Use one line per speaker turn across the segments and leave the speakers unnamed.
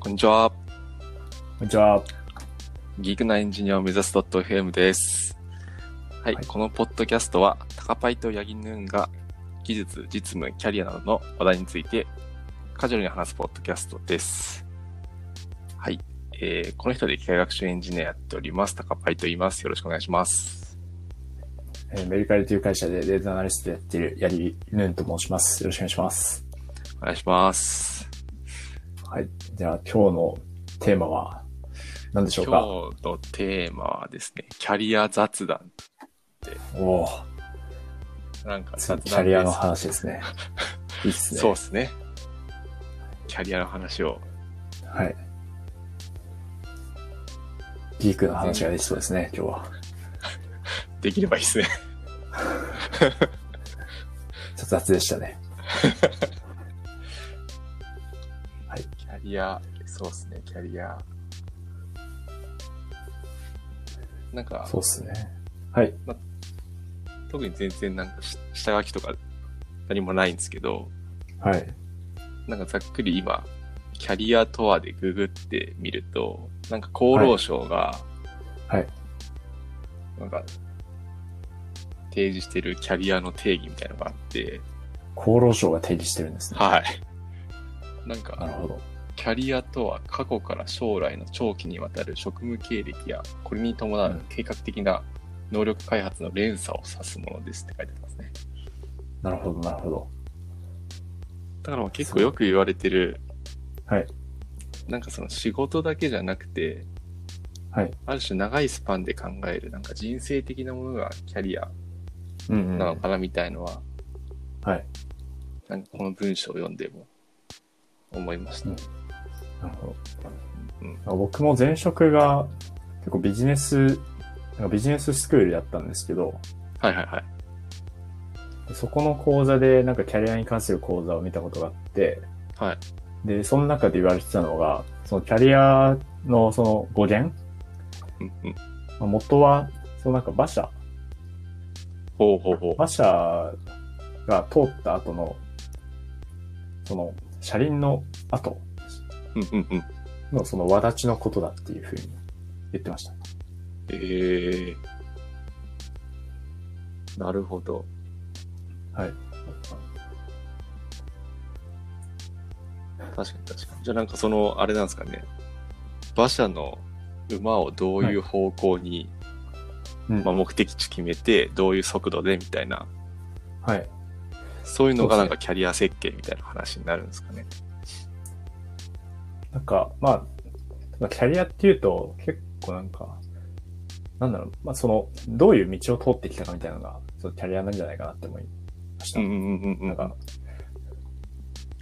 こんにちは。
こんにちは。
ギークなエンジニアを目指す .fm です。はい、
はい
このポッドキャストは、タカパイとヤギヌーンが技術、実務、キャリアなどの話題についてカジュアルに話すポッドキャストです。はい、えー、この人で機械学習エンジニアやっております。タカパイと言います。よろしくお願いします。
えーメルカリという会社でデータアナリストやっているヤリヌンと申します。よろしくお願いします。
お願いします。
はい。じゃあ今日のテーマは何でしょ
今
う
日
か
のテーマはですね、キャリア雑談。
おお、
なんか
つい
雑談
にキャリアの
です
話ですね。いいっすね。
そうですね。キャリアの話を
はい。ギークの話ができそうですね、今日は。
できればいいですね。
ちょっと雑でしたね。
キャリア、そうですね、キャリア。なんか、
そうっすね。はい。
特に全然なんかし下書きとか何もないんですけど、
はい。
なんかざっくり今、キャリアとはでググってみると、なんか厚労省が、
はいはい
なんか、提示してるキャリアの定義みたいなのがあって、
厚労省が定義してるんですね。
はい。なんか、
なるほど。
キャリアとは過去から将来の長期にわたる職務経歴やこれに伴う計画的な能力開発の連鎖を指すものですって書いてありますね。
なるほど、なるほど。
だからもう結構よく言われてる、
はい。
なんかその仕事だけじゃなくて、
はい。
ある種長いスパンで考えるなんか人生的なものがキャリア
うんうん、
なのかなみたいのは、
はい。
なんかこの文章を読んでも思いました。
なるほ
うん
ど。僕も前職が結構ビジネス、なんかビジネススクールだったんですけど、
はいはいはい。
そこの講座でなんかキャリアに関する講座を見たことがあって、
はい。
で、その中で言われてたのが、そのキャリアのその語源、
うんうん。
まあ元は、そのなんか馬車、
ほうほうほう。
馬車が通った後の、その車輪の後
うんうんうん。
のその輪立ちのことだっていうふうに言ってました。
ええなるほど。
はい。
確かに確かに。じゃあなんかその、あれなんですかね。馬車の馬をどういう方向に、
うん
まあ、目的地決めて、どういう速度でみたいな、
はい。
そういうのが
そ
な
うんで
か
すね
キャリア設計みたいな話になるんですかね。
なんか、まあ、キャリアっていうと、結構なんか、なんだろう、まあ、その、どういう道を通ってきたかみたいなのが、そのキャリアなんじゃないかなって思いました。
うんうんうんうん。
なんか、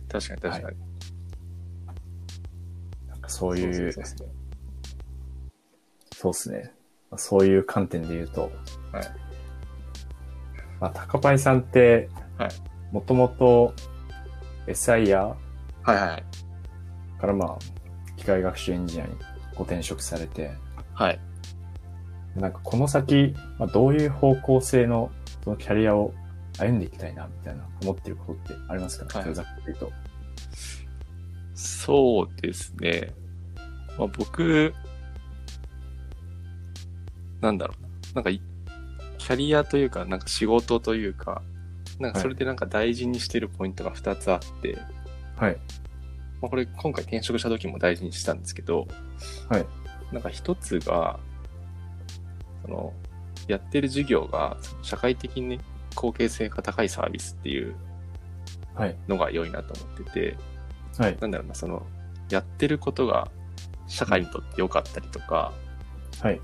確かに確かに。
なんかそういう、
そそそ
そうですね。まあそういう観点で言うと、
はい。
まあ、高パイさんって、
はい
もともと、SIR
はいはいはい。
からまあ、機械学習エンジニアにご転職されて、
はい。
なんかこの先、まあ、どういう方向性のそのキャリアを歩んでいきたいな、みたいな思ってることってありますか、
はい
それざっくりと。
そうですね。まあ、僕、なんだろうな。なんかい、キャリアというか、なんか仕事というか、なんかそれでなんか大事にしてるポイントが2つあって、
はい。
まあ、これ今回転職した時も大事にしたんですけど、
はい。
なんか1つが、その、やってる事業がその社会的に貢献性が高いサービスっていう
はい。
のが良いなと思ってて、
はい。
なんだろうな、その、やってることが社会にとって良かったりとか、
はい。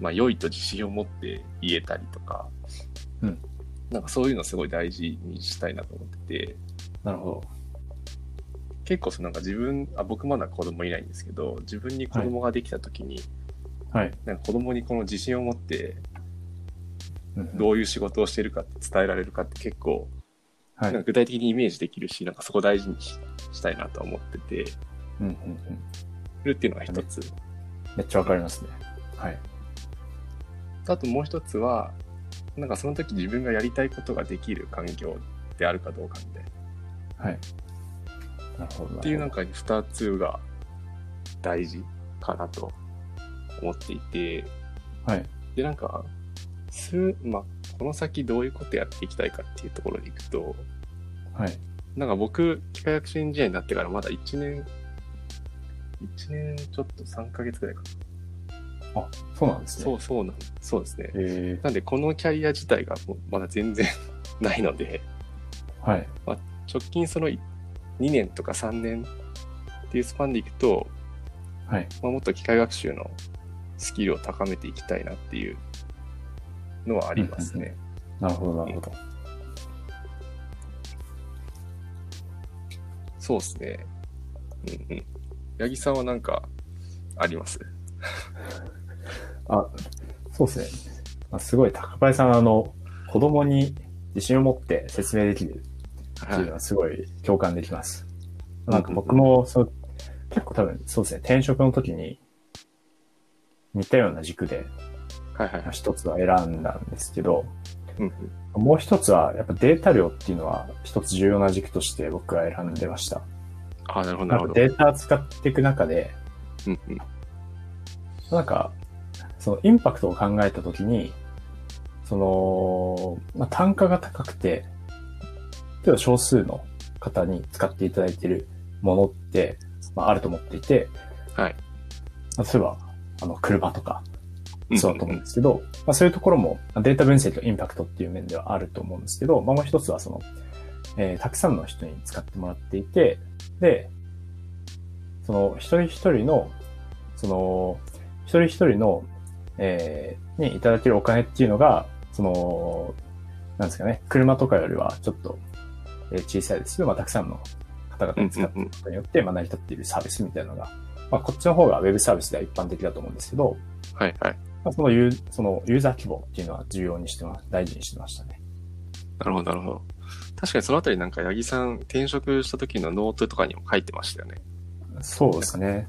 まあ、良いと自信を持って言えたりとか、
うん。
なんかそういうのすごい大事にしたいなと思ってて、
なるほ
結構そのなんか自分、あ、僕まだ子供いないんですけど、自分に子供ができた時に、
ど。はい。
なんか子供にこの自信を持って、
うん
どういう仕事をしてるかって伝えられるかって結構、
はい。
なんか具体的にイメージできるし、なんかそこ大事にししたいなと思ってて、
うんうんうん。
るっていうのが一つ。
めっちゃわかりますね。はい。
あともう一つは、なんかその時自分がやりたいことができる環境であるかどうかみたいな。っ
はい。なるほど。
ていうなん
か、
か二つが大事かなと思っていて、
はい。
で、なんか、する、まあ、この先どういうことやっていきたいかっていうところに行くと、
はい。
なんか僕、機械学習エンジニアになってからまだ1年、1年ちょっと3ヶ月ぐらいかな。
あ、そうなんですね。
そう、そうなん、そうですね。
え
なんで、このキャリア自体がもうまだ全然 ないので、
ー、はい。
直近その2年とか3年っていうスパンでいくと、
はい。
まあ、もっと機械学習のスキルを高めていきたいなっていうのはありますね。
なるほど、なるほど。
そうですね。うんうん。八木さんはなんかあります
あ、そうですね。まあ、すごい、高林さん、あの、子供に自信を持って説明できるっていうのはすごい共感できます。
うん
なんか僕もそう、結構多分そうですね、転職の時に似たような軸で
はいはい
まあ
はい。
一つは選んだんですけど、
うんうん
もう一つはやっぱデータ量っていうのは一つ重要な軸として僕は選んでました。
ああ、なるほど、な
な
る
ん
ほ
か
ど。
データ使っていく中で、
うんうん。
なんか、そのインパクトを考えたときに、その、まあ、単価が高くて、例えば少数の方に使っていただいているものって、まあ、あると思っていて、
はい。
例えば、あの、車とか、そうだと思う
ん
んですけど、まあ、そういうところもまあデータ分析とインパクトっていう面ではあると思うんですけど、まあ、もう一つはその、えーたくさんの人に使ってもらっていて、で、その一人一人の、その、一人一人の、えーにいただけるお金っていうのが、その、なんですかね、車とかよりはちょっとえー小さいですけど、まあ、たくさんの方々に使ってもらうことによって、まあ、成り立っているサービスみたいなのが、まあ、こっちの方が Web サービスでは一般的だと思うんですけど、
はいはい。
まあ、そのユーそのユーザー規模っていうのは重要にしてます、大事にしてましたね。
なるほど、なるほど。確かにそのあたりなんか八木さん転職した時のノートとかにも書いてましたよね。
そうですね。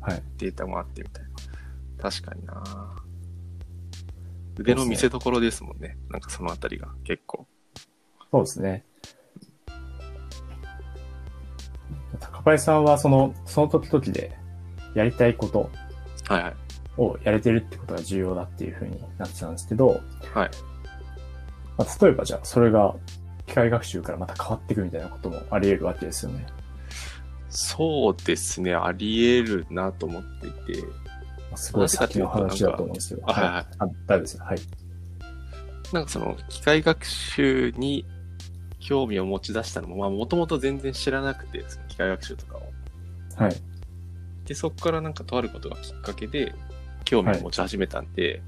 はい。
データもあってみたいな。確かにな腕の見せ所ですもんね。なんかそのあたりが結構。
そうですね。高林さんはその、その時々でやりたいこと
はいはい。
をやれてるってことが重要だっていうふうになってたんですけど、
はい。
まあ、例えばじゃあそれが機械学習からまた変わっていくみたいなこともあり得るわけですよね。
そうですね。あり得るなと思っていて。
まあすごい先の話だと思うんですけど。
あはいはい
い。あ、大丈夫ですよ。はい。
なんかその機械学習に興味を持ち出したのも、まあもともと全然知らなくて、その機械学習とかを。
はい。
で、そこからなんかとあることがきっかけで興味を持ち始めたんで、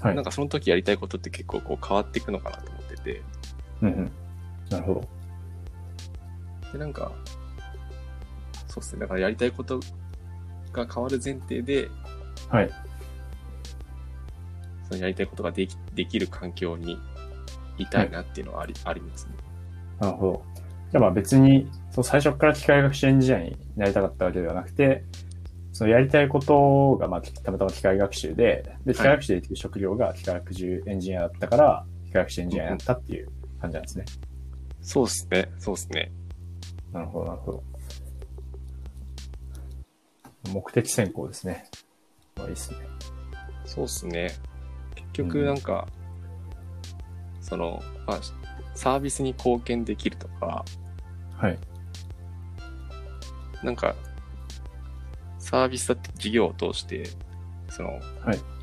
はい。
なんかその時やりたいことって結構こう変わっていくのかなと思ってて。
うんうん。なるほど。
で、なんか、そうですね。だからやりたいことが変わる前提で、
はい。
そのやりたいことができできる環境にいたいなっていうのはあり,、ありますね。
なるほど。じゃあまあ別に、そう最初から機械学習エンジニアになりたかったわけではなくて、そのやりたいことがまあたまたま機械学習で、で、機械学習でできる職業が機械学習エンジニアだったから、機械学習エンジニアになったっていう感じなんですね。
そうですね。そうですね。
なるほど、なるほど。目的選考ですね。まあいいっすね。
そうですね。結局なんか、その、まあ、サービスに貢献できるとか、
はい。
なんか、サービスだって事業を通して、その、
はい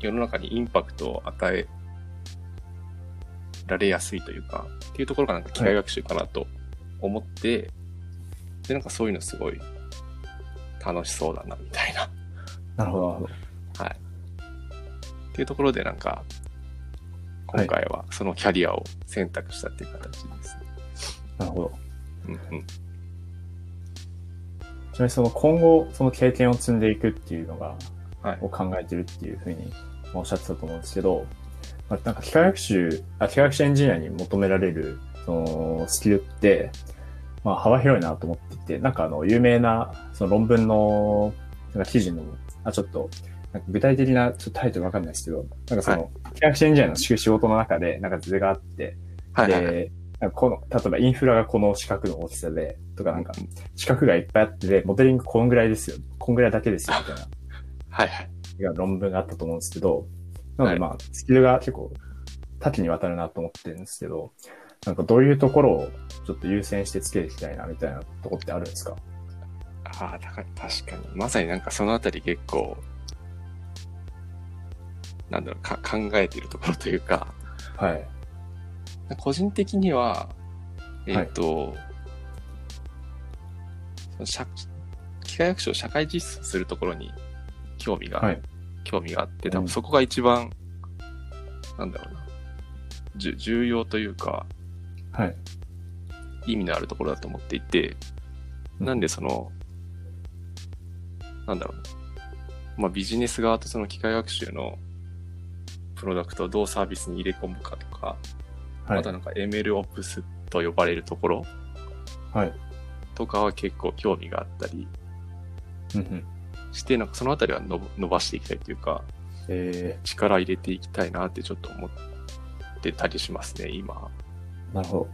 世の中にインパクトを与えられやすいというか、っていうところがなんか機械学習かなと思って、で、なんかそういうのすごい楽しそうだな、みたいな。
なるほど、なるほ
はい。っていうところでなんか、今回はそのキャリアを選択したっていう形ですね。
ど。なるほど。
うんうん。
ちなみにその今後、その経験を積んでいくっていうのが、
はい
を考えてるっていうふうにまあおっしゃってたと思うんですけど、まあ、なんか機械学習、あ機械学習エンジニアに求められる、そのスキルって、まあ幅広いなと思っていて、なんかあの、有名な、その論文の、なんか記事の、あ、ちょっと、なんか具体的なちょっとタイトルわかんないですけど、なんかその、機械学習エンジニアの仕仕事の中で、なんか図があって、
はいはいはい。
で、なんかこの、例えばインフラがこの四角の大きさで、とかなんか
う、
四角がいっぱいあってで、モデリングこんぐらいですよ、こんぐらいだけですよ、みたいな。
はいはい。
論文があったと思うんですけど、なの
はい
でまあ、スキルが結構多岐にわたるなと思ってるんですけど、なんかどういうところをちょっと優先してつけていきたいなみたいなとこってあるんですか
ああ、たか確かに。まさになんかそのあたり結構、なんだろう、か考えてるところというか、
はい。
個人的には、えっ、と、その社機械学習を社会実装するところに興味が、
はい
興味があって、多
うん
分そこが一番、なんだろうな、じゅ重要というか、
はい。
意味のあるところだと思っていて、
うん
なんでその、なんだろうな、まあ、ビジネス側とその機械学習のプロダクトをどうサービスに入れ込むかとか、
は
あ
い
と。なんか MLOps と呼ばれるところ
はい。
とかは結構興味があったり
うんうん。
して、なんかそのあたりはのぼ伸ばしていきたいというか、
え
力入れていきたいなってちょっと思ってたりしますね、今。
ー、なるほ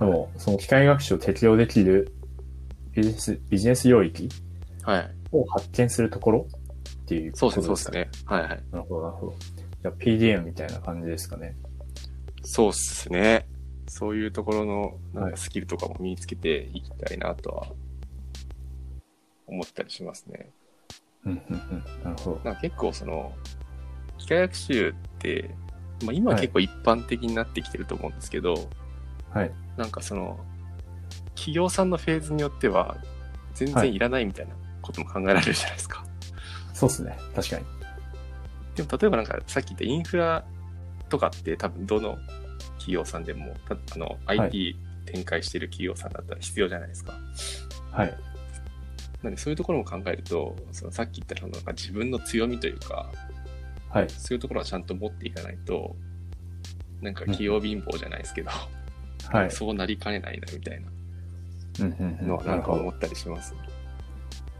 ど。でも、その機械学習を適用できるビジネス、ビジネス領域
はい。
を発見するところっていう
そうですね、
こ
そ
と
うです。ね。はいはい。
なるほど、なるほど。じゃあ PDM みたいな感じですかね。
そうっすね。そういうところのなん
は
か
い
スキルとかも身につけていきたいなとは思ったりしますね。
うんうんうん。なるほど。
なんか結構その、機械学習って、まあ、今は
はい
結構一般的になってきてると思うんですけど、
はい。
なんかその、企業さんのフェーズによっては全
は
然
い
いらないみたいなことも考えられるじゃないですか。
そうですね。確かに。
でも例えばなんかさっき言ったインフラとかって多分どの企業さんでもたあの
い
IT 展開してる企業さんだったら必要じゃないですか。
はい。
なんでそういうところも考えるとそのさっき言ったそのなんか自分の強みというか
はい。
そういうところはちゃんと持っていかないとなんか器用貧乏じゃないですけど、
はい。
そうなりかねないなみたいな
うんうんうん
のは
な
な
る
んか
ほ
思
ど。
ったりします、ね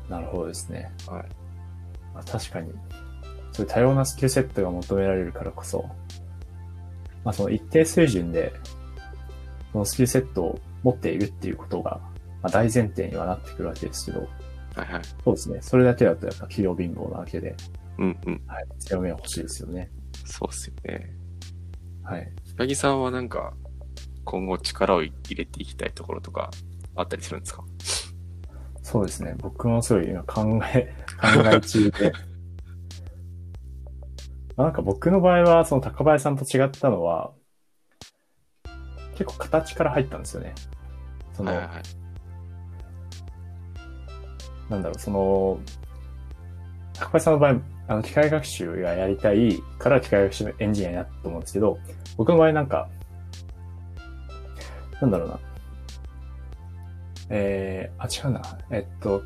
なるほどですね。
はい、
まあ、確かに、そういう多様なスキルセットが求められるからこそ、まあ、その一定水準で、そのスキルセットを持っているっていうことが、まあ、大前提にはなってくるわけですけど、
はいはい
そうですね。それだけだとやっぱ企業貧乏なわけで、
うんうん
はい、強みは欲しいですよね。
そうっすよね。
はい。
八木さんはなんか今後力を入れていきたいところとかあったりするんですか
そうですね。僕もすごい今考え、 考え中で。 まあなんか僕の場合は、その高林さんと違ったのは、結構形から入ったんですよね。その、
はいはいはい
なんだろう、その、高林さんの場合、あの、機械学習がやりたいから機械学習のエンジニアになったと思うんですけど、僕の場合なんか、なんだろうな。えー、あ、違うな。えっと、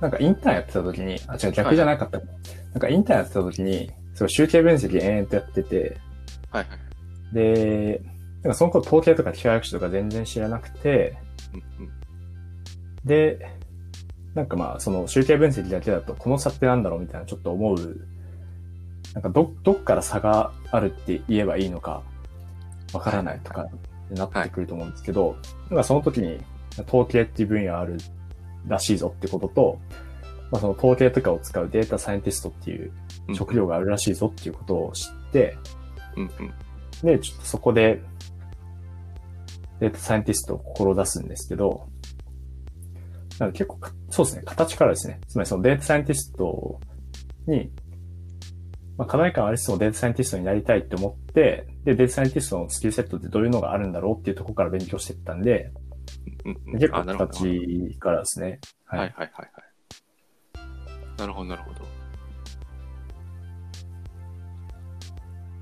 なんかインターンやってた時に、あ、違う、逆じゃなかったかな。なんかインターンやってた時に、そう、集計分析延々とやってて、
はいはい。
で、なんかその頃統計とか機械学習とか全然知らなくて、
うんうん
で、なんかまあ、その集計分析だけだと、この差ってなんだろうみたいな、ちょっと思う。なんかど、どっから差があるって言えばいいのか、わからないとか、なってくると思うんですけど、なんかその時に、統計っていう分野あるらしいぞってことと、まあその統計とかを使うデータサイエンティストっていう
うん
職業があるらしいぞっていうことを知って、
うんうん。
で、ちょっとそこで、データサイエンティストを志すんですけど、なんか結構か、そうですね、形からですね。つまりそのデータサイエンティストに、まあ、課題感はありつつもデータサイエンティストになりたいって思って、で、データサイエンティストのスキルセットってどういうのがあるんだろうっていうところから勉強していったんで、
うんうん
結
あ
構
なるほど
形からですね。
はい
は
はいいはいはい。なるほどなるほど。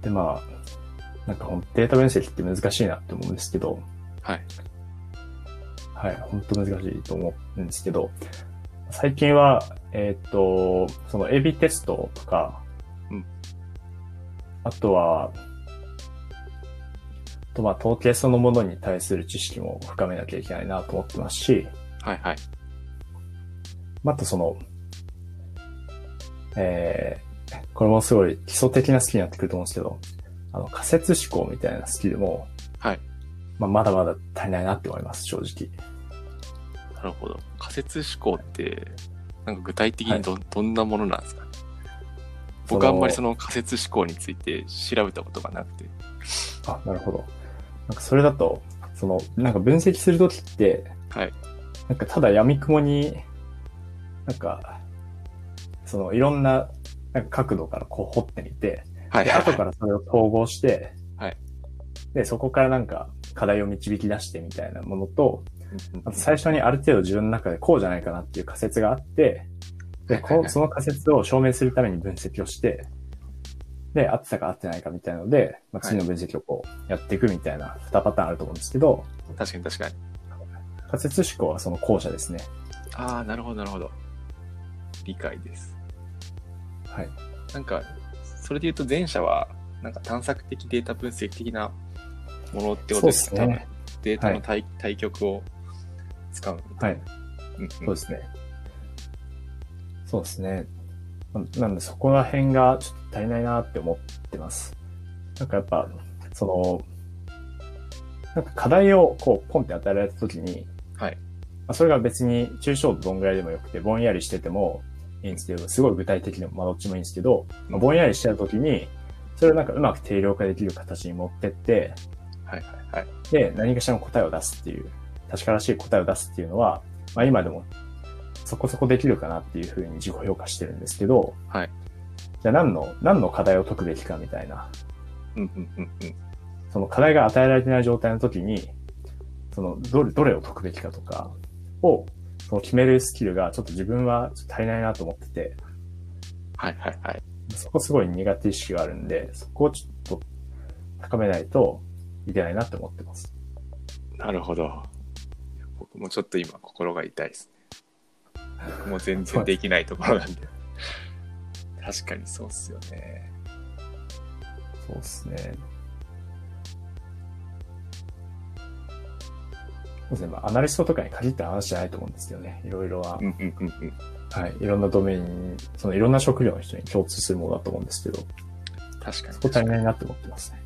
で、まあ、なんかほんデータ分析って難しいなって思うんですけど、
はい。
はい、本当難しいと思うんですけど、最近は、えーっ、と、その AB テストとか、
うん
あとは、あとまあ統計そのものに対する知識も深めなきゃいけないなと思ってますし、
はいはい。
またその、えー、これもすごい基礎的なスキルになってくると思うんですけど、あの仮説思考みたいなスキルも、
はい。
まあ、まだまだ足りないなって思います、正直。
なるほど。仮説思考って、なんか具体的にど,、どんなものなんですかね僕はあんまりその仮説思考について調べたことがなくて。
あ、なるほど。なんかそれだと、その、なんか分析するときって、
はい。
なんかただ闇雲に、なんか、そのいろんななんか角度からこう掘ってみて、
はい。
で後からそれを統合して、
はい
で、そこからなんか課題を導き出してみたいなものと、
うんうん
あと最初にある程度自分の中でこうじゃないかなっていう仮説があって、で、
はいはい
こ
は
う
い
その仮説を証明するために分析をして、で、合ってたか合ってないかみたいなので、まあ、次の分析をこうやっていくみたいな2パターンあると思うんですけど、
確かに確かに。
仮説思考はその後者ですね。
ああ、なるほど、なるほど。理解です。
はい。
なんか、それで言うと前者は、なんか探索的データ分析的なものってことです
そうです
多
ね
分データの対,、対極を使う。
はい。
うんうん
そうですね。そうですね。ななんでそこら辺がちょっと足りないなって思ってます。なんかやっぱ、その、なんか課題をこうポンって与えられた時に、
はい。
まあそれが別に抽象度どんぐらいでもよくて、ぼんやりしててもいいんですけど、すごい具体的でも、まあどっちもいいんですけど、まあぼんやりしてた時に、それをなんかうまく定量化できる形に持ってって、
はいはいはい。
で、何かしらの答えを出すっていう、確からしい答えを出すっていうのは、まあ今でもそこそこできるかなっていうふうに自己評価してるんですけど、
はい。
じゃあ何の、何の課題を解くべきかみたいな、
うんうんうんうん。
その課題が与えられてない状態の時に、その、どれ、どれを解くべきかとかを、その決めるスキルがちょっと自分はちょっと足りないなと思ってて、
はいはいはい。
そこすごい苦手意識があるんで、そこをちょっと高めないといけないなって思ってます。
なるほど。僕もちょっと今心が痛いですね。僕も全然できないところ なんで。確かにそうっすよね。
そうですね。そうですね。まあ、アナリストとかに限った話じゃないと思うんですけどね。いろいろは
うん、うんうんうん。
はい。いろんなドメイン、そのいろんな職業の人に共通するものだと思うんですけど、
確かに
そこ足りないなって思ってますね。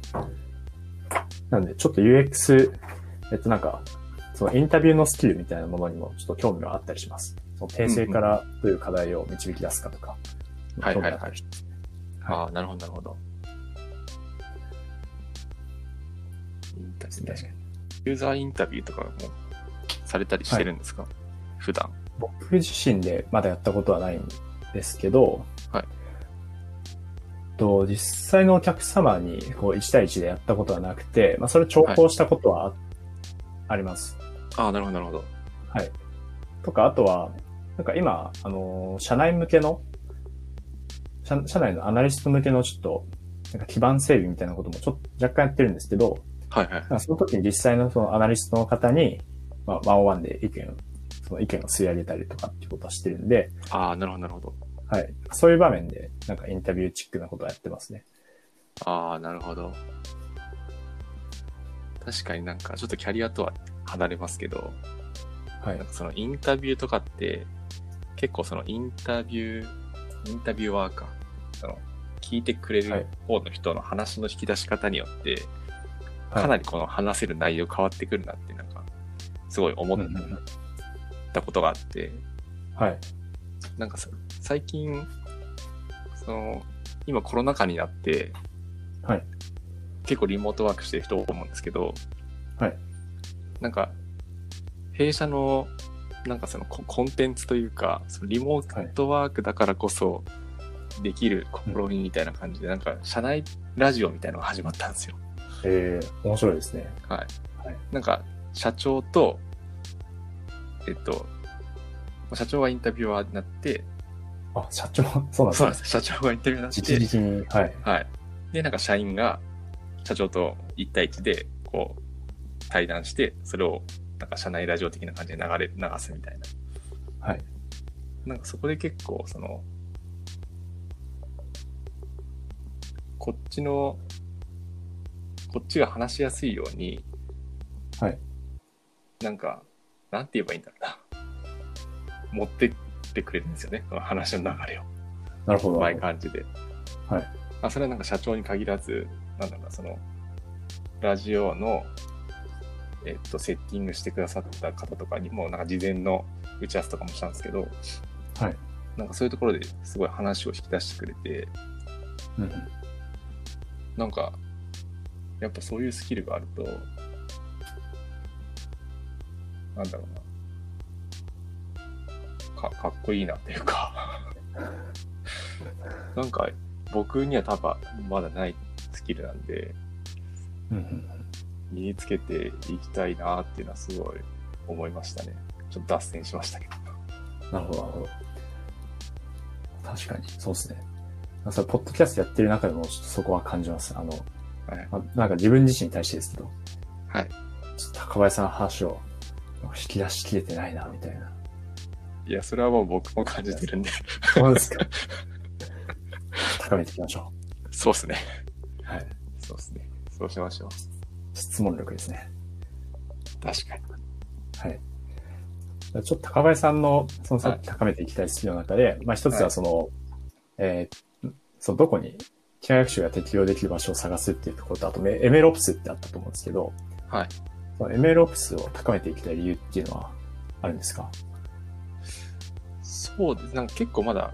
なんで、ちょっと UX、えっとなんか、そのインタビューのスキルみたいなものにもちょっと興味があったりします。その訂正からどういう課題を導き出すかとか。
はいはいはい
興味あったりし
ああ、なるほど、なるほど。インタビュー、
ます
確か
ね
に。ユーザーインタビューとかもされたりしてるんですか、普段。
僕自身でまだやったことはないんですけど、
はい
と実際のお客様にこう1対1でやったことはなくて、まあ、それ調校したことはあ,、あります。
ああ、なるほど、なるほど。
とか、あとは、なんか今、あのー社内向けの社、社内のアナリスト向けのちょっと、なんか基盤整備みたいなこともちょっと若干やってるんですけど、
はいはい。
まあその時に実際のそのアナリストの方に、まあ、ワンオンワンで意見を、その意見を吸い上げたりとかっていうことはしてるんで、
ああ、なるほど、なるほど。
はい。そういう場面で、なんかインタビューチックなことをやってますね。
ああ、なるほど。確かになんか、ちょっとキャリアとは離れますけど、
はい
なん。かそのインタビューとかって、結構そのインタビュー、インタビューワーか、その、聞いてくれ
はい
る方の人の話の引き出し方によって、
はい
かなりこの話せる内容変わってくるなって、なんか、すごい思ったことがあって、
はい。
なんかさ最近、その、今コロナ禍になって、
はい
結構リモートワークしてる人多いと思うんですけど、
はい
なんか、弊社の、なんかそのココンテンツというか、そのリモートワークだからこそ、できる試みみたいな感じで、なんか、社内ラジオみたいなのが始まったんですよ。
えー、面白いですね。
はい。
はい
なんか、社長と、えっと、社長がインタビュアーになって、
あ、社長、そうなんです
そうな
ね
んです。社長がインタビュアーになって、
直々に、はい。
はい。で、なんか社員が社長と1対1で、こう、対談して、それを、なんか社内ラジオ的な感じで流れ、流すみたいな。
はい。
なんかそこで結構、その、こっちの、こっちが話しやすいように、
はい。
なんか、なんて言えばいいんだろうな。持ってってくれるんですよね、この話の流れを。
なるほ
う
ど。
まい
は
感じで。
はい
あそれはなんか社長に限らず、なんだろうな、その、ラジオの、えっと、セッティングしてくださった方とかにも、なんか事前の打ち合わせとかもしたんですけど、
はい。
なんかそういうところですごい話を引き出してくれて、
うん。
なんか、やっぱそういうスキルがあると、なんだろうな。か、かっこいいなっていう か。なんか、僕には多分まだないスキルなんで、
うんうん。
身につけていきたいなっていうのはすごい思いましたね。ちょっと脱線しましたけど。
なるほど、なるほど。確かに、そうですね。それ、ポッドキャストやってる中でも、ちょっとそこは感じます。あの、
はい。
まなんか自分自身に対してですけど、
はい。
ちょっと高林さんの話をなんか引き出しきれてないな、みたいな。
いや、それはもう僕も感じてるんで。
そうで すか。高めていきましょ
そうっすね。
う。はい。
そうっすね。そうしましょう。
質問力ですね。
確かに。
はい。ちょっと高林さんの、そのさっき高めていきたいスキルの中で、まあ一つはその、えーそのどこに機械学習が適用できる場所を探すっていうところと、あとメエメロプスってあったと思うんですけど、
はい。
そのエメロプスを高めていきたい理由っていうのはあるんですか
そうです。なんか結構まだ、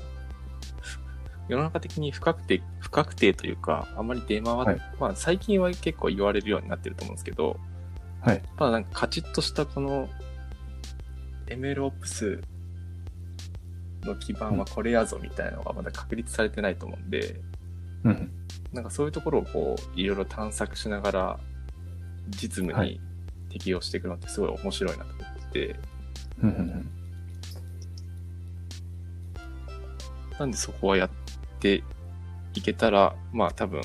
世の中的に不確定、不確定というか、あんまり出回っ、
はい
まあ最近は結構言われるようになってると思うんですけど、
はい。
まあなんかカチッとしたこの、エメロプスの基盤はこれやぞみたいなのがまだ確立されてないと思うんで、
うん。
なんかそういうところをこう、いろいろ探索しながら、実務
は
に
い
適用していくのってすごい面白いなと思ってて、
うんうんうん。
なんでそこはやっていけたら、まあ多分、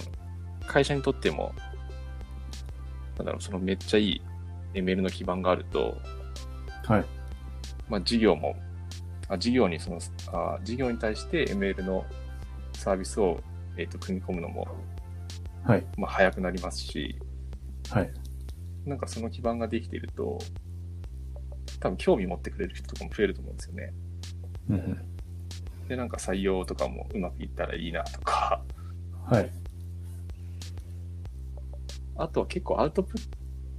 会社にとっても、なんだろう、そのめっちゃいい ML の基盤があると、
はい。
まあ事業も、あ事業にその、あ事業に対して ML のサービスを、えっと組み込むのも、
はい。
まあ早くなりますし、
はい。
なんかその基盤ができていると、多分興味持ってくれる人とかも増えると思うんですよね。
うんうん。
で、なんか採用とかもうまくいったらいいなとか、
はい。
あとは結構アウトプッ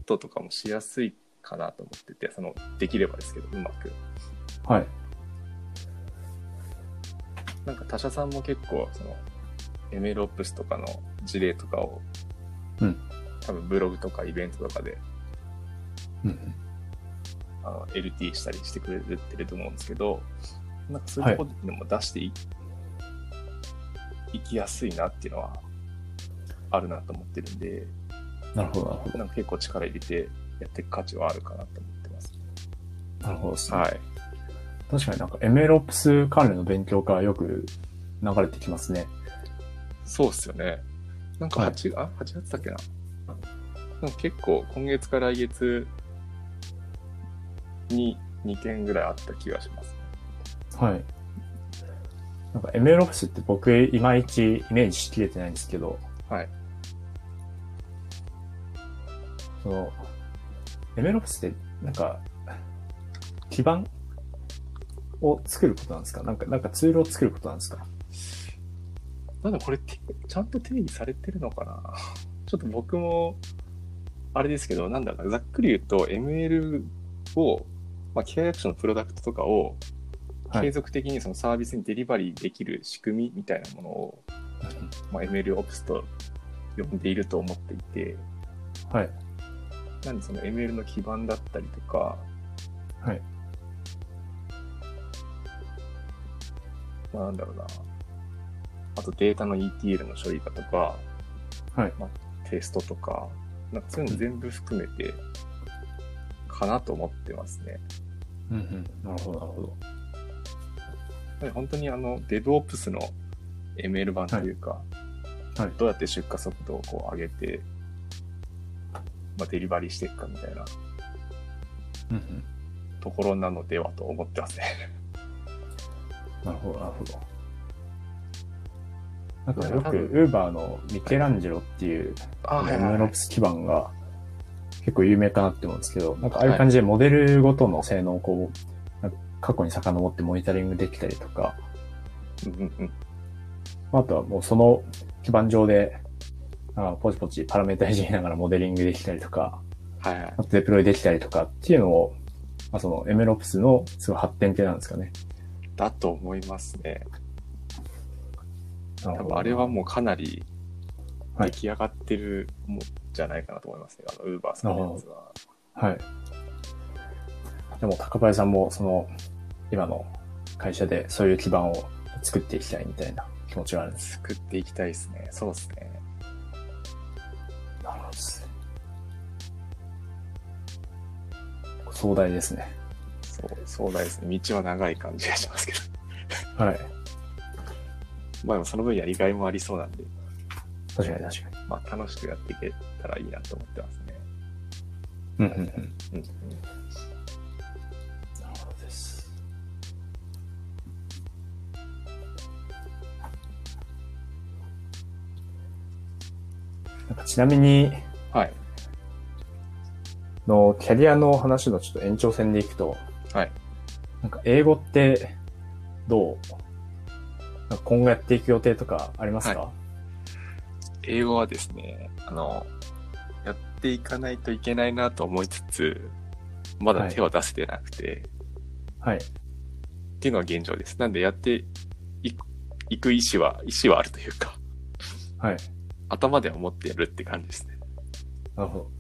トとかもしやすいかなと思ってて、その、できればですけど、うまく。
はい。
なんか他社さんも結構、その、エメロップスとかの事例とかを、
うん
多分ブログとかイベントとかで、
うんうん。
あの、LT したりしてくれてると思うんですけど、なんかそういうとこでも出してい、いきやすいなっていうのは、あるなと思ってるんで、
なるほど、なるほど。
なんか結構力入れてやっていく価値はあるかなと思ってます。
なるほどですね。
はい。
確かになんか MLOps 関連の勉強からよく流れてきますね。
そうっすよね。なんか
はい
8、あ、8月だっけな。なんか結構今月から来月に2件ぐらいあった気がします。
はい。なんか MLOps って僕いまいちイメージしきれてないんですけど、
はい。
その、MLOps ってなんか、基盤を作ることなんですかなんか、なんかツールを作ることなんですか
なんでこれて、ちゃんと定義されてるのかな ちょっと僕も、あれですけど、なんだか、ざっくり言うと ML を、まあ、機械学習のプロダクトとかを
は
継
い。
続的にそのサービスにデリバリーできる仕組みみたいなものを、まあ、MLOps と呼んでいると思っていて、
はい。
なんでその ML の基盤だったりとか、
はい。
まあ、なんだろうな、あとデータの ETL の処理だとか、
はい
まあ、テストとか、なんかそういうの全部含めて、かなと思ってますね。
うんうん。なるほど、なるほど。
やっぱり本当にあの DevOps の ML 版というか、
いはい
どうやって出荷速度をこう上げて、まあ、デリバリーしていくかみたいな
うんうん。
ところなのではと思ってますね。
なるほど、なるほど。なんか
多
よ
分
く Uber のミケランジェロっていう
あ
あの MLOps 基盤が結構有名かなって思うんですけど、なんかああいう感じでモデルごとの性能をこう、なんか過去に遡ってモニタリングできたりとか、
うんうんうん。
あとはもうその基盤上で、あポチポチパラメータいじりながらモデリングできたりとか、
はいはい。
あとデプロイできたりとかっていうのを、まあ、その MLOps のすごい発展系なんですかね。
だと思いますね。
な
多
るほ
分
ど
あれはもうかなり
はい
出来上がってるもんじゃないかなと思いますね。あの、ウーバーさんのやつは。
はい。でも、高林さんも、その、今の会社でそういう基盤を作っていきたいみたいな気持ちがあるんです。
作っていきたいですね。そうですね。
なるほどですね。壮大ですね。
そう、そうだですね。道は長い感じがしますけど。
はい。
まあでもその分やりがいもありそうなんで、
確かに確か
まあ楽しくやっていけたらいいなと思ってますね。
に。うんうんう
う
ん。
ん。
なるほどです。なんかちなみに、
はい。
のキャリアの話のちょっと延長線でいくと、
はい。
なんか英語ってどうなんか今後やっていく予定とかありますか、
英語はですね、あの、やっていかないといけないなと思いつつ、まだ手は出せてなくて、
はい、
っていうのが現状です。なんでやっていくいく意思は、意思はあるというか、
はい。
頭では思ってやるって感じですね。
なるほど。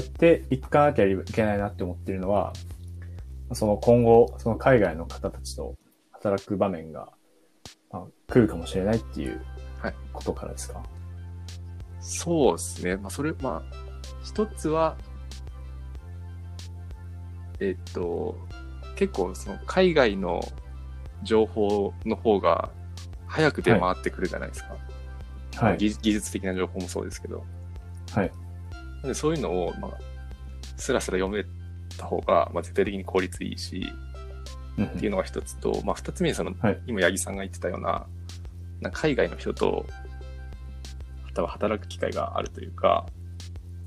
やっていかなきゃいけないなって思ってるのは、その今後、その海外の方たちと働く場面が、まあ、来るかもしれないっていう
はい
ことからですか、
そうですね。まあ、それ、まあ、一つは、えっと、結構、その、海外の情報の方が、早く出回ってくるじゃないですか。
はい、
技技術的な情報もそうですけど。
はい。
なんで、そういうのを、まあ、スラスラ読めた方が、まあ、絶対的に効率いいし、
うん
っていうのが一つと、まあ、二つ目にその、
はい
今八木さんが言ってたようななんか海外の人と多分働く機会があるというか、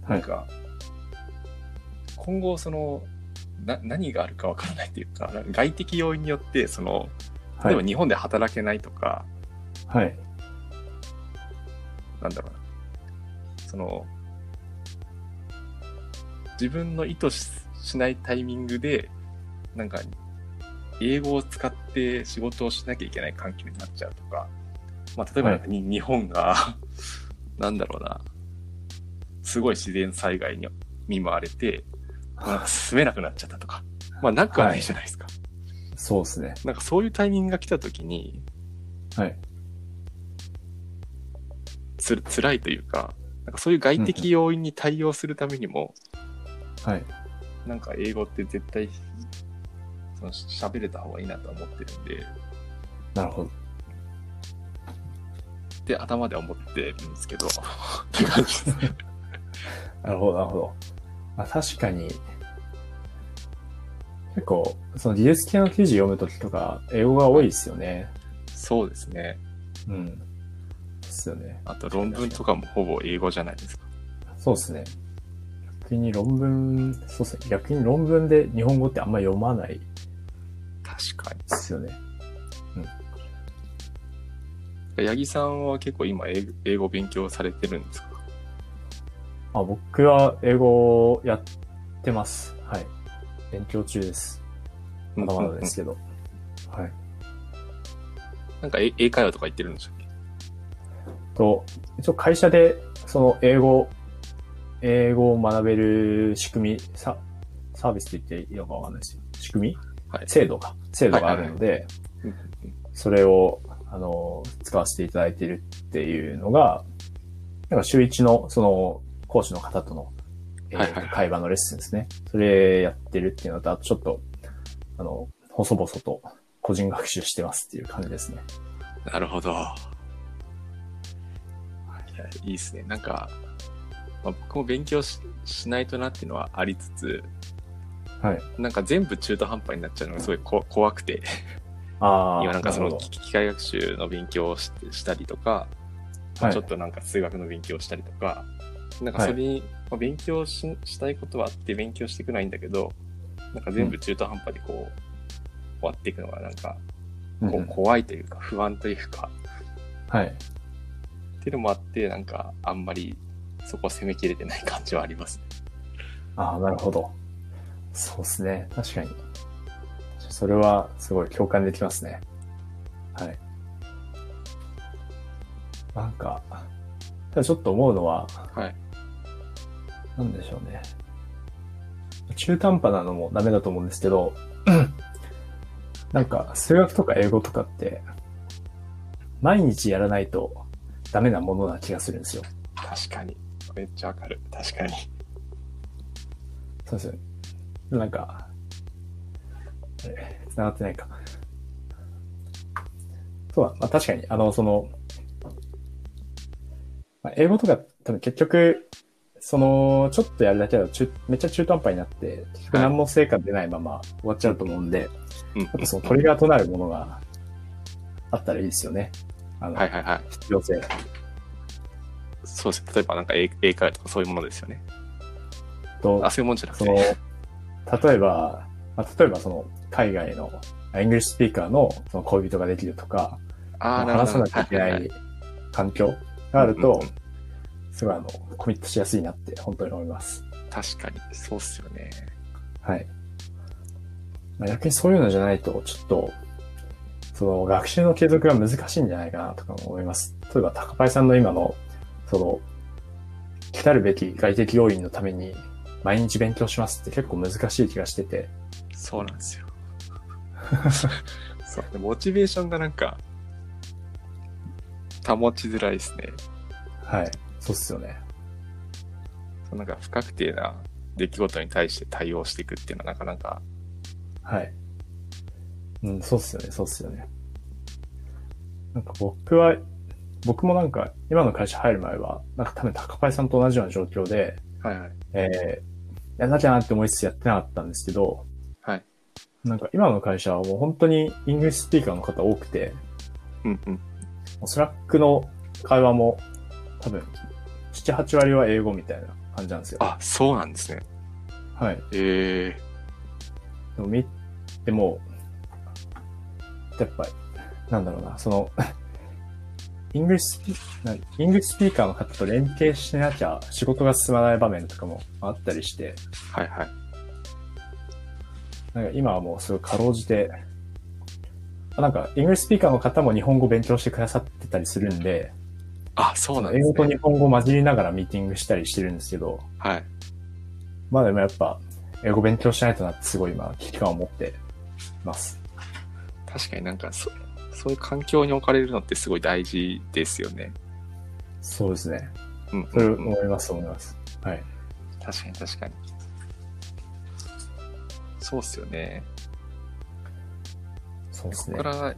は
ないん。か今後そのな何があるかわからないというかなんか外的要因によってその
は
例
い
えば。日本で働けないとか、
はい。
なんだろうなその自分の意図ししないタイミングでなんか英語を使って仕事をしなきゃいけない環境になっちゃうとか、まあ、例えばなんかに、日本が なんだろうなすごい自然災害に見舞われて、まあなんか住めなくなっちゃったとか、まあ、なくはないじゃないですか。
そうですね。
なんかそういうタイミングが来た時に
はい。
つ辛いというかなんかそういう外的要因に対応するためにも、
はい。
なんか英語って絶対、その喋れた方がいいなとは思ってるんで、
なるほど。
で、頭では思ってるんですけど、って感じですね。
なるほど、なるほど。まあ、確かに、結構、その技術系の記事読むときとか、英語が多いですよね。
そうですね。
うん。ですよね。
あと論文とかもほぼ英語じゃないですか。
そうですね。逆に論文、そうですね。逆に論文で日本語ってあんま読まない
確か
ですよね。
に。八木さんは結構今英語英語勉強されてるんですか
あ、僕は英語をやってます。はい。勉強中です。まだまだですけど。はい。
なんか英英会話とか言ってるんでしたっけ
と、一応会社で、その英語、英語を学べる仕組み、ササービスって言っていいのかわかんないですよ。仕組み
はい。
制度か。制度があるので、
うんうんうん
それを、あの、使わせていただいているっていうのが、なんか週一の、その、講師の方との、えー
はいはいはい
会話のレッスンですね。それやってるっていうのと、あとちょっと、あの、細々と個人学習してますっていう感じですね。
なるほど。いやいいですね。なんか、まあ、僕も勉強ししないとなっていうのはありつつ、
はい。
なんか全部中途半端になっちゃうのがすごいこ怖くて、
ああ。
今なんかそ
る
の
ほど
機機械学習の勉強をししたりとか、
はい
ちょっとなんか数学の勉強をしたりとか、なんかそれに、まあ、勉強ししたいことはあって勉強していくのはいいんだけど、なんか全部中途半端にこう、終わっていくのがなんかこ
う
うん怖いというか不安というか、
はい。
っていうのもあって、なんかあんまりそこを攻めきれてない感じはありますね。
ああ、なるほど。そうですね。確かに。それはすごい共感できますね。はい。なんか、ただちょっと思うのは、
はい。
なんでしょうね。中途半端なのもダメだと思うんですけど、 なんか数学とか英語とかって、毎日やらないとダメなものな気がするんですよ。
確かに。めっちゃわかる。確かに。
そうですよね。なんか、あれ繋がってないか。そうだ、まあ確かに、あの、その、まあ、英語とか多分結局、その、ちょっとやるだけだと中めっちゃ中途半端になって、結局何も成果出ないまま終わっちゃうと思うんで、
うん
やっぱそのトリガーとなるものがあったらいいですよね。あの、
はいはいはい。
必要性。
そうですね。例えばなんか英英会話とかそういうものですよね。
と
あ、そういうもんじゃなく
そ
て。
の、例えば、まあ、例えばその、海外の、イングリッシュスピーカーのその恋人ができるとか、
あー
まあ話さなきゃいけ
は
な
はい
環境があ
う
る
んうん
と
うん、
すごいあの、コミットしやすいなって本当に思います。
確かに。そうっすよね。
はい。まあ逆にそういうのじゃないと、ちょっと、その学習の継続が難しいんじゃないかなとかも思います。例えば、高橋さんの今の、その、来たるべき外的要因のために、毎日勉強しますって結構難しい気がしてて、
そうなん ですよ。そう。モチベーションがなんか、保ちづらいですね。
はい。そうっすよね。
そうなんか不確定な出来事に対して対応していくっていうのはなかなか、
はい。うん、そうっすよね、そうっすよね。なんか僕は、僕もなんか、今の会社入る前は、なんか多分高橋さんと同じような状況で、
はいはい。
えー、やんなきゃなって思いつつやってなかったんですけど、
はい。
なんか今の会社はもう本当にイングリッシュスピーカーの方多くて、
うんうん。
もうスラックの会話も多分、7、8割は英語みたいな感じなんですよ。
あ、そうなんですね。
はい。
え
でも見ても、やっぱり、なんだろうな、その、イングリッシュスピなイングリッシュスピーカーの方と連携しなきゃ仕事が進まない場面とかもあったりして、
えはいはい。
なんか今はもうすごいかろうじて、あなんか、イングリッシュスピーカーの方も日本語勉強してくださってたりするんで、
あ、そうなんで
英
すね。
語と日本語混じりながらミーティングしたりしてるんですけど、
はい。
まあでもやっぱ、英語勉強しないとなってすごい今、危機感を持ってます。
確かになんかそ、そういう環境に置かれるのってすごい大事ですよね。
そうですね。
うん、
それ
うんうん
思います、思います。はい。
確かに確かに。そうっすよね。
そうです
そこか。
ね
ら、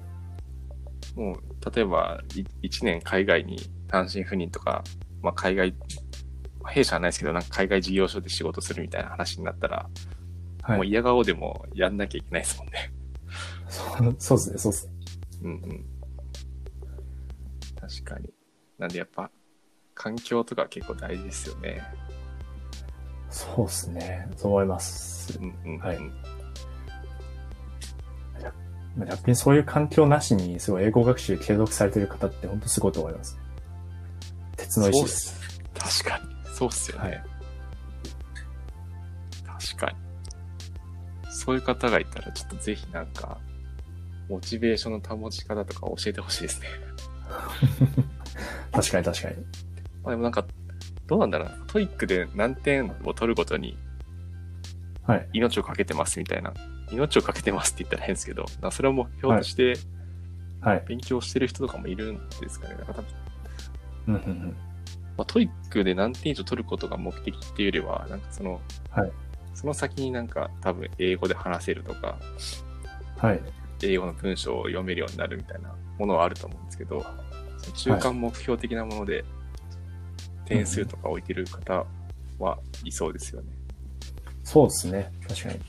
もう、例えば、1年海外に単身赴任とか、まあ、海外、弊社はないですけど、なんか海外事業所で仕事するみたいな話になったら、
は
もう
い。
嫌顔でもやんなきゃいけないですもんね。
そうそうですね、そうですね。
うんうん。確かに。なんでやっぱ、環境とか結構大事ですよね。
そうですね。そう思います。
うんうん、うん。
はいまあ逆にそういう環境なしに、すごい英語学習継続されてる方って本当すごいと思いますね。鉄の意
そうっ
志です。
す。確かに。そうっすよね。
はい。
確かに。そういう方がいたら、ちょっとぜひなんか、モチベーションの保ち方とか教えてほしいですね。
確かに確かに。
まあでもなんか、どうなんだろうな。トイックで何点を取るごとに
はい。
命をかけてますみたいな。命をかけてますって言ったら変ですけど、なそれはもうひょっとして
はい。
勉強してる人とかもいるんですかね。なんか多分
うんうんうん。
まあ、トイックで何点以上取ることが目的っていうよりは、なんかその、
はい
その先になんか多分英語で話せるとか、
はい。
英語の文章を読めるようになるみたいなものはあると思うんですけど、その中間目標的なもので、点数とか置いてる方はいそうですよね。
そうですね。確かに。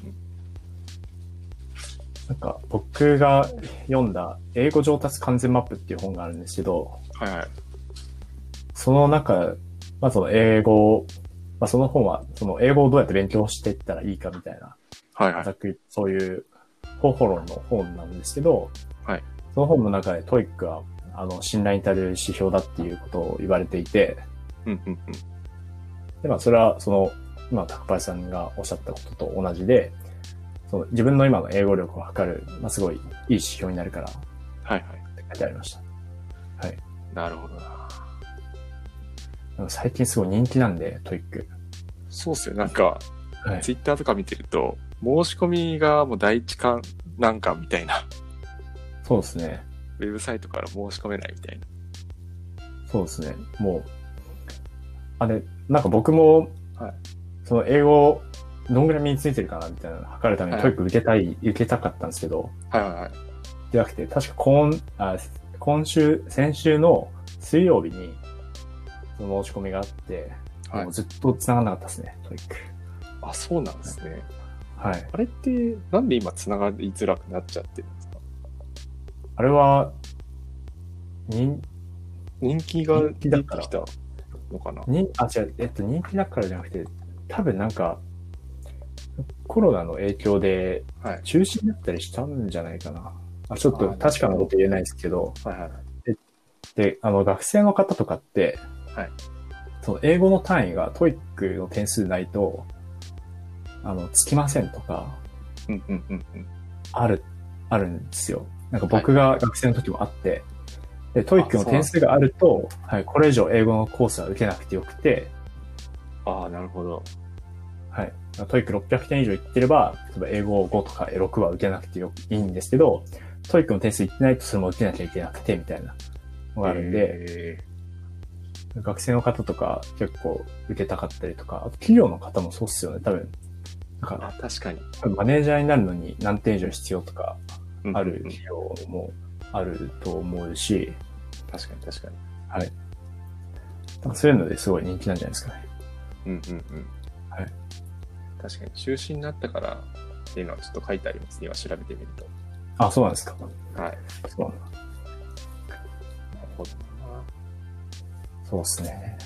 なんか、僕が読んだ、英語上達完全マップっていう本があるんですけど、
はいはい。
その中、まあその英語を、まあその本は、その英語をどうやって勉強していったらいいかみたいな
はいはい
ざ。っくりそういう方法論の本なんですけど、
はい
その本の中でトイックはあの信頼に足りる指標だっていうことを言われていて、
うんうんうん。
でまあ、それはその今、高林さんがおっしゃったことと同じで、その自分の今の英語力を測る、まあ、すごいいい指標になるからって
はいはい。
書いてありました。
なるほどな。
なんか最近すごい人気なんで、トイック。
そうっすよ。なんか、
はい。
ツイッターとか見てると、申し込みがもう第一関なんかみたいな、
そうですね。
ウェブサイトから申し込めないみたいな。
そうですね。もう、あれ、なんか僕も、
はい
その英語、どんぐらい身についてるかなみたいなのを測るために
はい
トイック受けたい、受けたかったんですけど、
はいはいはい。
じゃなくて、確か今、あ今週、先週の水曜日に、その申し込みがあって、
はい
もうずっと繋がんなかったですね、トイック。
あ、そうなんですね。
はい。
あれって、なんで今繋がりづらくなっちゃってるんですか
あれは、人、
人気が
人気だから
出てきたのかな
人、あ、違う、えっと、人気だからじゃなくて、多分なんか、コロナの影響で
はい。
中止になったりしたんじゃないかな。あちょっと
あー
確かなこと言えないですけど、
はいはいはい。
で、あの、学生の方とかって、
はい
その英語の単位がトイックの点数ないと、あの、つきませんとか、
うんうんうんうん。
ある、あるんですよ。なんか僕が学生の時もあって、で、トイックの点数があると、はい、これ以上英語のコースは受けなくてよくて、
ああ、なるほど。
はい。トイック600点以上いってれば、例えば英語5とか6は受けなくてよいいんですけど、トイックの点数いってないとそれも受けなきゃいけなくて、みたいなのがあるんで、
で、
学生の方とか結構受けたかったりとか、あと企業の方もそうっすよね、多分。なん
あ
か、
確かに。
多分マネージャーになるのに何点以上必要とか
うん
ある
うん
企業もあると思うし、
確かに確かに。
なんかそういうのですごい人気なんじゃないですかね。
うんうんうん。
はい。
確かに、中止になったからっていうのはちょっと書いてありますね。今調べてみると。
あ、そうなんですか。
はい。
そう
なるほどな。
そうっすね。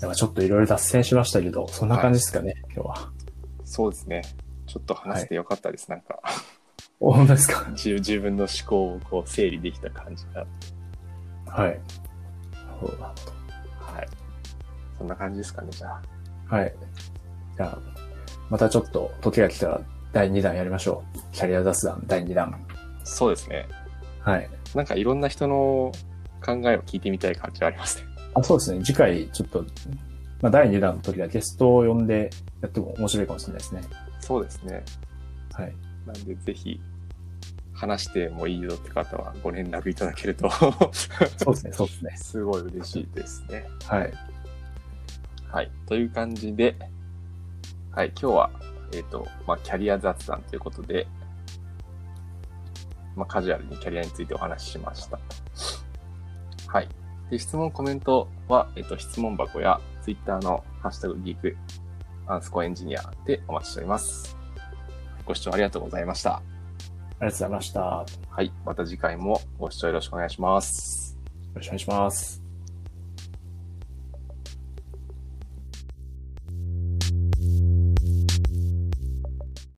だからちょっといろいろ脱線しましたけど、そんな感じですかね、今日は。
そうですね。ちょっと話せてよかったです。なんか、
お本当ですか
自自分の思考をこう整理できた感じが。
はい。そうだ
はい。そんな感じですかね、じゃあ。
はい。じゃあ、またちょっと時が来たら第2弾やりましょう。キャリア雑談第2弾。
そうですね。
はい。
なんかいろんな人の考えを聞いてみたい感じはありますね。
あそうですね。次回、ちょっと、まあ、第2弾の時はゲストを呼んでやっても面白いかもしれないですね。
そうですね。
はい。
なんで、ぜひ、話してもいいよって方はご連絡いただける と、
そうですね、そうですね。
すごい嬉しいですね。
はい。
はい。という感じで、はい、今日は、えっ、と、まあ、キャリア雑談ということで、まあ、カジュアルにキャリアについてお話ししました。はい。で、質問、コメントは、えっ、と、質問箱や、ツイッターのハッシュタグギーク、アンスコエンジニアでお待ちしております。ご視聴ありがとうございました。
ありがとうございました。よ
はい。また次回もご視聴よろしくお願いします。
ろしくお願いします。